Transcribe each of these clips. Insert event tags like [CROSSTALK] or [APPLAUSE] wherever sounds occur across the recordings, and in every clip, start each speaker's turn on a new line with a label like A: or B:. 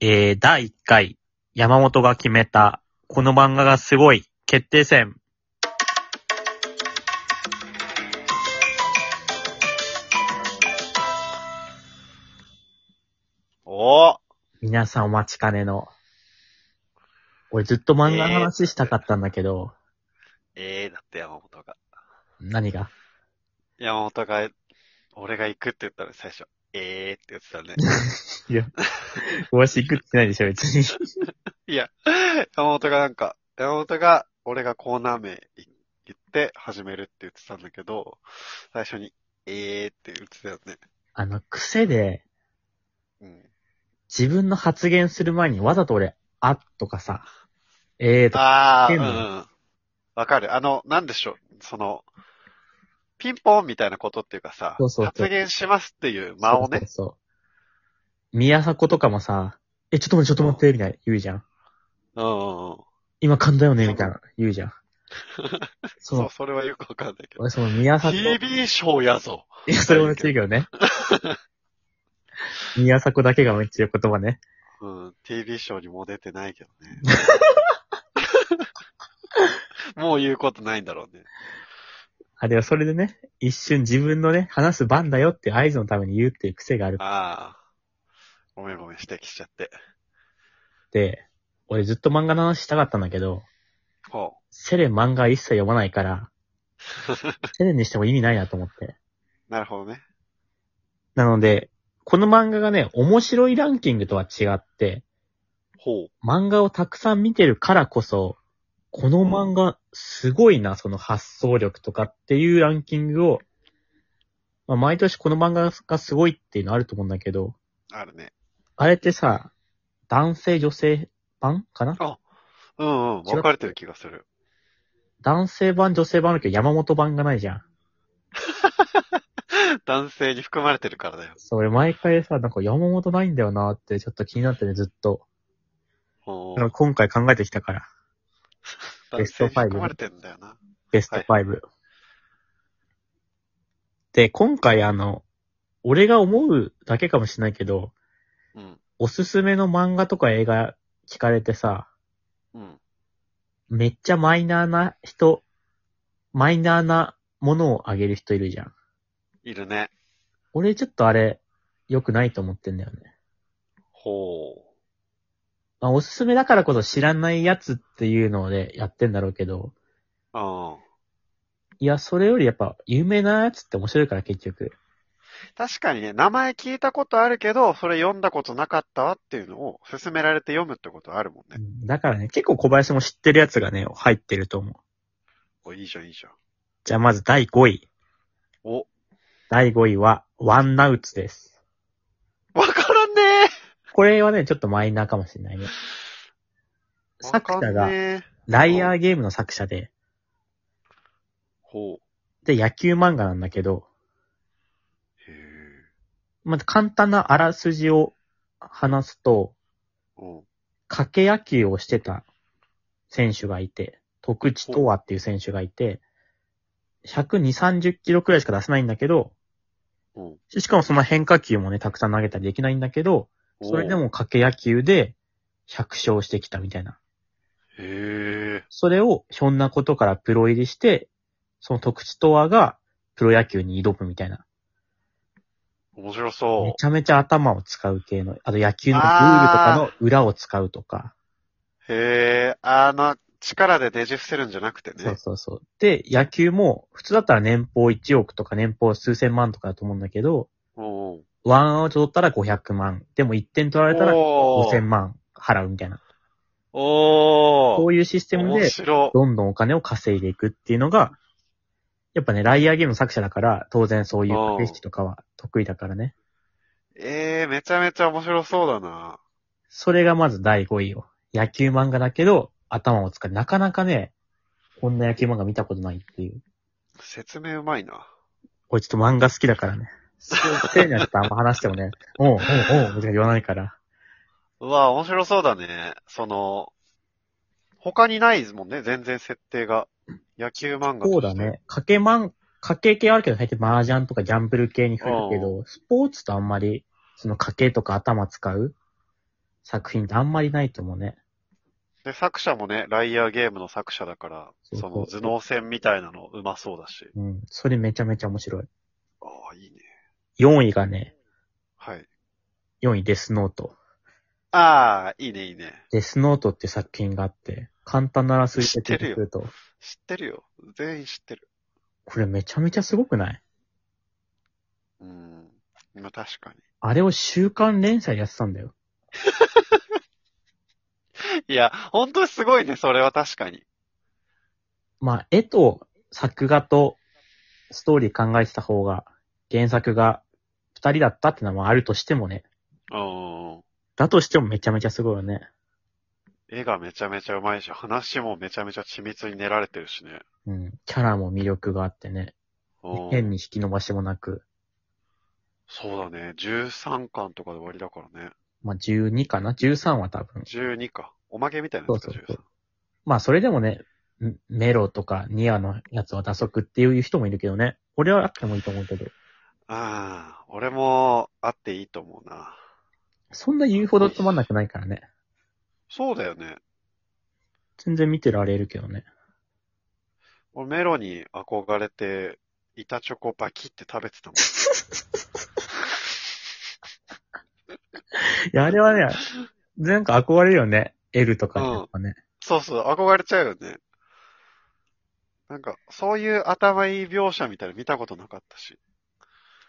A: えー、第1回、山本が決めた、この漫画がすごい、決定戦。
B: おー
A: 皆さんお待ちかねの。俺ずっと漫画の話したかったんだけど、
B: ええだって山本が。
A: 何が
B: 山本が、俺が行くって言ったら最初、ええって言ってた
A: [LAUGHS]
B: ね。
A: いや、わし食ってないでしょ、別に。
B: いや、山本がなんか、山本が、俺がコーナー名言って始めるって言ってたんだけど、最初に、ええって言ってたよね。
A: あの、癖で、
B: うん。
A: 自分の発言する前にわざと俺、あとかさ、えーとか、
B: ああ、う
A: 変
B: んう。
A: なん
B: わかる。あの、なんでしょう。その、ピンポンみたいなことっていうかさ、
A: そうそうそう
B: 発言しますっていう間をね。
A: そうそうそう。宮迫とかもさ、え、ちょっと待って、ちょっと待って、みたいな言うじゃん。
B: うんうんうん。
A: 今噛んだよね、みたいな言う [LAUGHS] じゃん。そ
B: そうう、。それはよくわかんないけど。
A: 俺、その宮迫。い
B: TV ショーやぞ。
A: や、それもめっちゃいいけどね。宮迫だけがめっちゃいい言葉ね。
B: うん、TV ショーにも出てないけどね。
A: [LAUGHS]
B: もう言うことないんだろうね。
A: あ、でもそれでね、一瞬自分のね、話す番だよって合図のために言うっていう癖があるっ
B: ああ。ごめんごめん、指摘しちゃって。
A: て、俺ずっと漫画の話したかったんだけど、
B: ほ
A: セレン漫画一切読まないから、セレンにしても意味ないなと思って。
B: う。なるほどね。
A: なので、この漫画がね、面白いランキングとは違って、
B: ほう。
A: 漫画をたくさん見てるからこそ、この漫画すごいな、その発想力とかっていうランキングを、まあ、毎年この漫画がすごいっていうのあると思うんだけど、
B: あるね。
A: あれってさ、男性女性版かな
B: うんうん、分かれてる気がする。
A: 男性版女性版あるけど山本版がないじゃん。
B: 男性に含まれてるからだよ。
A: それ毎回さ、なんか山本ないんだよなってちょっと気になってね、ずっと。
B: ほ
A: なん
B: う
A: か。今回考えてきたから、ベ
B: 男
A: ス
B: 性
A: ト
B: に
A: ファイブ
B: 含まれてんだよな。
A: ベスト5。で、今回あの、俺が思うだけかもしれないけど、
B: うん。
A: おすすめの漫画とか映画聞かれてさ、
B: うん。
A: めっちゃマイナーな人、マイナーなものをあげる人いるじゃん。
B: いるね。
A: 俺ちょっとあれ、良くないと思ってんだよね。
B: ほ
A: まあ、おすすめだからこそ知らないやつっていうのでやってんだろうけど、
B: う。うん。
A: いや、それよりやっぱ、有名なやつって面白いから結局。
B: 確かにね、名前聞いたことあるけど、それ読んだことなかったわっていうのを勧められて読むってことはあるもんね。
A: だからね、結構小林も知ってるやつがね、入ってると思う。
B: お、いいじゃん、いいじゃん。
A: じゃあまず第5位。
B: お、
A: 第5位は、ワンナウツです。
B: わからんね
A: これはね、ちょっとマイナーかもしれないね。
B: ー
A: 作者
B: わかん
A: が、
B: ねー
A: ライアーゲームの作者で、
B: ほう。
A: で、野球漫画なんだけど、
B: へえ。
A: まず簡単なあらすじを話すと、
B: うん。
A: 掛け野球をしてた選手がいて、徳地とわっていう選手がいて、120、30キロくらいしか出せないんだけど、
B: うん。
A: しかもその変化球もね、たくさん投げたりできないんだけど、それでも掛け野球で100勝してきたみたいな。
B: おー。へえ。
A: それをひょんなことからプロ入りして、その徳地とわがプロ野球に挑むみたいな。
B: 面白
A: め
B: そ
A: ちゃめちゃ頭を使う系の、あと野球のルールとかの裏を使うとか。
B: う。へえ。あの、力でねじ伏せるんじゃなくて
A: そう
B: ね。
A: そうそう。で、野球も、普通だったら年俸1億とか年俸数千万とかだと思うんだけど、
B: おう
A: ワンアウト取ったら500万。でも1点取られたら
B: お
A: 5000
B: ー
A: 万払うみたいな。
B: お
A: こ
B: お
A: ういうシステム
B: 面
A: で、
B: 白。
A: どんどんお金を稼いでいくっていうのが、やっぱね、ライアーゲームの作者だから、当然そういう駆け引きとかは得意だからね。
B: ええ、めちゃめちゃ面白そうだな。
A: それがまず第5位よ。野球漫画だけど、頭を使う。なかなかね、こんな野球漫画見たことないっていう。
B: 説明うまいな。
A: 俺ちょっと漫画好きだからね。そう、手になったらあんま話してもね、 [LAUGHS] おう、おう、おう、みたいな言わないから。
B: うわ、面白そうだね。その、他にないですもんね、全然設定が。野球漫画として
A: そうだ。ね。賭けマン、賭け系あるけど、大体麻雀とかギャンブル系に増えるけど、スポーツとあんまり、その賭けとか頭使う作品ってあんまりないと思うね。
B: で、作者もね、ライアーゲームの作者だから、
A: そうそ
B: そうの頭脳戦みたいなのうまそうだし。
A: うん。それめちゃめちゃ面白い。
B: ああ、いいね。
A: 4位がね、
B: はい。
A: 4位デスノート。
B: ああ、いいね、いいね。
A: デスノートって作品があって、簡単なあらすじで出てくると、
B: 知ってるよ。全員知ってる。
A: これめちゃめちゃすごくない
B: うん。まあ確か
A: あれを週刊連載でやってたんだよ。
B: に。いや、本当にすごいね、それは確かに。
A: まあ、絵と作画とストーリー考えてた方が、原作が2人だったってのはあるとしてもね、
B: うん。
A: だとしてもめちゃめちゃすごいよね。
B: 絵がめちゃめちゃうまいし、話もめちゃめちゃ緻密に練られてるしね。
A: うん。キャラも魅力があってね、
B: うん
A: 変に引き伸ばしもなく、
B: そうだね。13巻とかで終わりだからね。
A: まあ、12かな ?13 は多分。
B: 12か。おまけみたいなやつ
A: そ
B: か、
A: うそうそ
B: 13
A: う。まあ、それでもね、んメロとかニアのやつは打足っていう人もいるけどね。俺はあってもいいと思うけど。
B: ああ、俺もあっていいと思うな。
A: そんな言うほどつまんなくないからね。
B: そうだよね。
A: 全然見てられるけどね。
B: 俺メロに憧れて、板チョコバキって食べてたもん。
A: いや、あれはね、なんか憧れるよね。L とかやっぱね。
B: そうそう、憧れちゃうよね。なんか、そういう頭いい描写みたいなの見たことなかったし。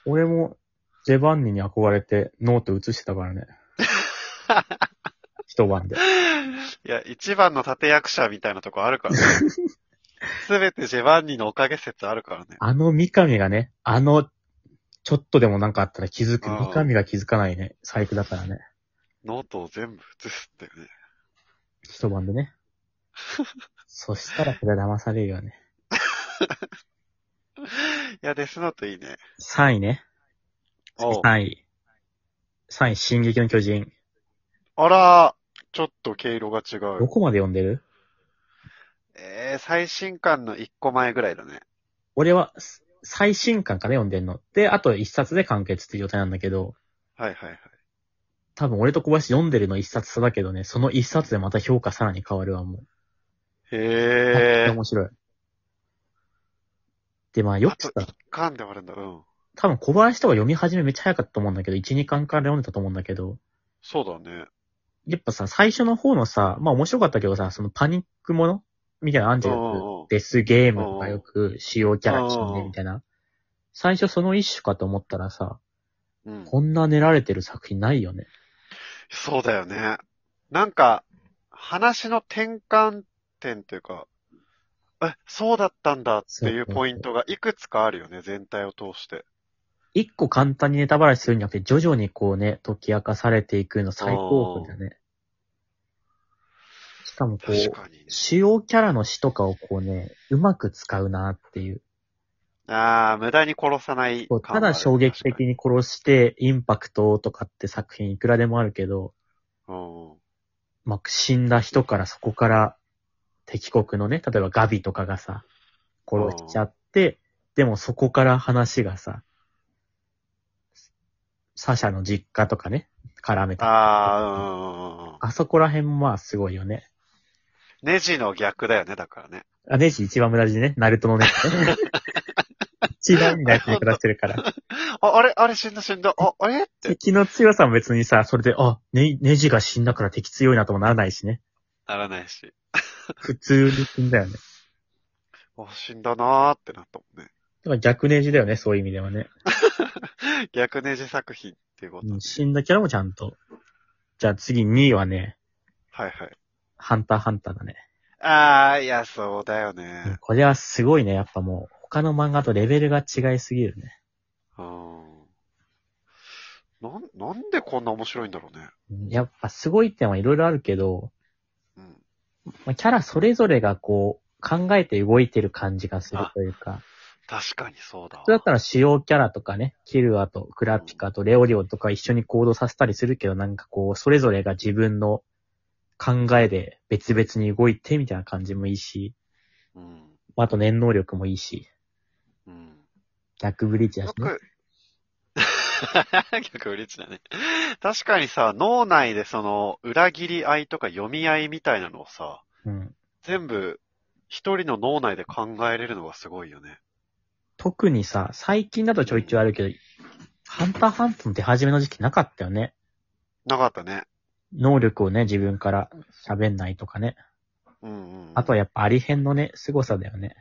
A: 俺も、ジェバンニに憧れてノート写してたからね。 [LAUGHS] 一晩で。
B: いや、一番の立役者みたいなとこある [LAUGHS] からね。すべてジェバンニのおかげ説あるからね。
A: あの三上がね、あの、ちょっとでもなんかあったら気づく。
B: うん
A: 三上が気づかないね。細工だからね。
B: ノートを全部写すってね。
A: 一晩でね。そしたらそれは騙されるよね。
B: いや、デスノートいいね。
A: 3位ね。
B: おう
A: 3位。3位、進撃の巨人。
B: あら、ちょっと毛色が違
A: ど
B: う。
A: こまで読んでる
B: えー、最新刊の一個前ぐらいだね。
A: 俺は、す最新刊から読んでんの。で、あと一冊で完結っていう状態なんだけど、
B: はいはいはい。
A: 多分俺と小林読んでるの一冊差だけどね、その一冊でまた評価さらに変わるわ、もう。
B: へ
A: めっちゃ
B: ー。
A: 面白い。で、まあよくさ
B: あ、と一巻で終わるんだ。うん。
A: 多分小林とか読み始めめっちゃ早かったと思うんだけど、1、2巻から読んでたと思うんだけど、
B: そうだね。
A: やっぱさ、最初の方のさ、まあ面白かったけどさ、そのパニックものみたいなのあんじゃんよく
B: うんうんうん
A: デスゲームとかよく主要キャラ死んでみたいな。最初その一種かと思ったらさ、
B: うん。
A: こんな練られてる作品ないよね。
B: そうだよね。なんか、話の転換点というか、え、そうだったんだっていうポイントがいくつかあるよね、全体を通して。
A: 一個簡単にネタバラシするんじゃなくて、徐々にこうね、解き明かされていくの最高峰だね。しかもこ
B: 確
A: う、
B: かにね。
A: 主要キャラの死とかをこうね、うまく使うなっていう。
B: ああ、無駄に殺さない
A: こうた
B: 感はあ
A: だ
B: る
A: 衝撃
B: 確か
A: 的に殺して、インパクトとかって作品いくらでもあるけど、
B: にうんうん。
A: まあ、死んだ人からそこから敵国のね、例えばガビとかがさ、殺しちゃって、でもそこから話がさ、サシャの実家とかね、絡めた。
B: ああ、うんうんうんうん。
A: あそこら辺もまあすごいよね。
B: ネジの逆だよね、だからね。
A: あ、ネジ一番無駄死にね、ナルトのネジね。一番みたいな暮らしてるから。
B: あ、あれ、あれ死んだ死んだ。あ、あれって。
A: 敵の強さも別にさ、それで、あ、ね、ネジが死んだから敵強いなともならないしね。
B: ならないし。
A: 普通に死んだよね。
B: あ、死んだなーってなったもんね。
A: だから逆ネジだよね、そういう意味ではね。
B: 逆ネジ作品っていうこと。
A: うん死んだキャラもちゃんと。じゃあ次2位はね、
B: はいはい。
A: ハンターハンターだね。
B: ああ、いや、そうだよね。
A: これはすごいね、やっぱもう、他の漫画とレベルが違いすぎるね。
B: うん。なん、なんでこんな面白いんだろうね。
A: うんやっぱすごい点はいろいろあるけど、
B: うん。
A: まあ、キャラそれぞれがこう、考えて動いてる感じがするというか、
B: 確かにそうだわ。
A: 普通だったら主要キャラとかね、キルアとクラピカとレオリオとか一緒に行動させたりするけど、なんかこう、それぞれが自分の考えで別々に動いてみたいな感じもいいし、
B: うん。
A: まああと念能力もいいし、
B: うん。
A: 逆ブリッジだ
B: よ
A: しね。
B: く、 [LAUGHS] 逆売り値だね。確かにさ、脳内でその、裏切り合いとか読み合いみたいなのをさ、
A: うん。
B: 全部、一人の脳内で考えれるのがすごいよね。
A: 特にさ、最近だとちょいちょいあるけど、ハンターハントの出始めの時期なかったよね。
B: なかったね。
A: 能力をね、自分から喋んないとかね。
B: うんうん。
A: あとはやっぱアリ編のね、凄さだよね。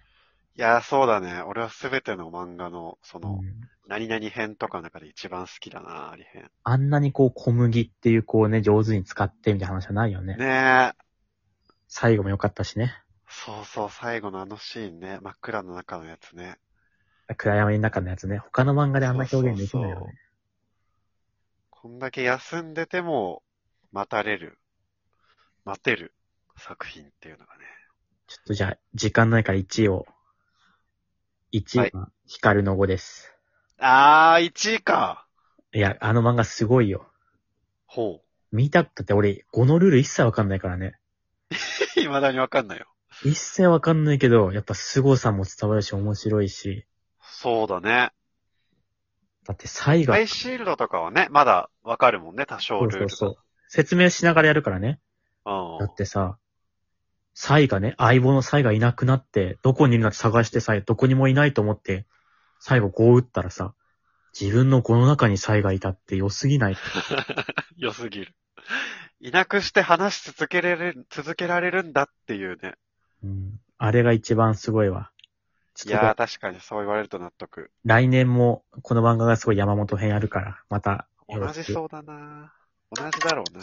B: いや、そうだね。俺はすべての漫画の、そうの、
A: ん、
B: 何々編とかの中で一番好きだな、あり編。
A: あんなにこう小麦っていうこうね、上手に使ってみたいな話はないよね。
B: ねえ。
A: 最後も良かったしね。
B: そうそう、最後のあのシーンね。真っ暗の中のやつね。
A: 暗闇の中のやつね。他の漫画であんな表現できないよ
B: そうそうそ
A: ね
B: う。こんだけ休んでても、待たれる。待てる。作品っていうのがね。
A: ちょっとじゃあ、時間ないから1位を。1位は、光の語です。
B: あー、1位か。
A: いや、あの漫画すごいよ。
B: ほ
A: 見たったって俺、語のルール一切わかんないからね。
B: う。 [LAUGHS] 未だにわかんないよ。
A: 一切わかんないけど、やっぱ凄さも伝わるし、面白いし。
B: そうだね。
A: だって最後
B: ア、イシールドとかはね、まだわかるもんね、多少
A: そう
B: ルール
A: そう
B: が。
A: そう。説明しながらやるからね。だってさ、サイがね、相棒のサイがいなくなって、どこにいるのって探してさ、どこにもいないと思って、最後こう打ったらさ、自分の子の中にサイがいたって良すぎない。
B: うん。 [LAUGHS] 良すぎる。いなくして話し続けられる、続けられるんだっていうね。
A: うん。あれが一番すごいわ。
B: い
A: ちょっ
B: やー、
A: と
B: 確かにそう言われると納得。
A: 来年もこの漫画がすごい山本編あるから、またよ
B: 同
A: ろしく。
B: じそうだな同じだろうな。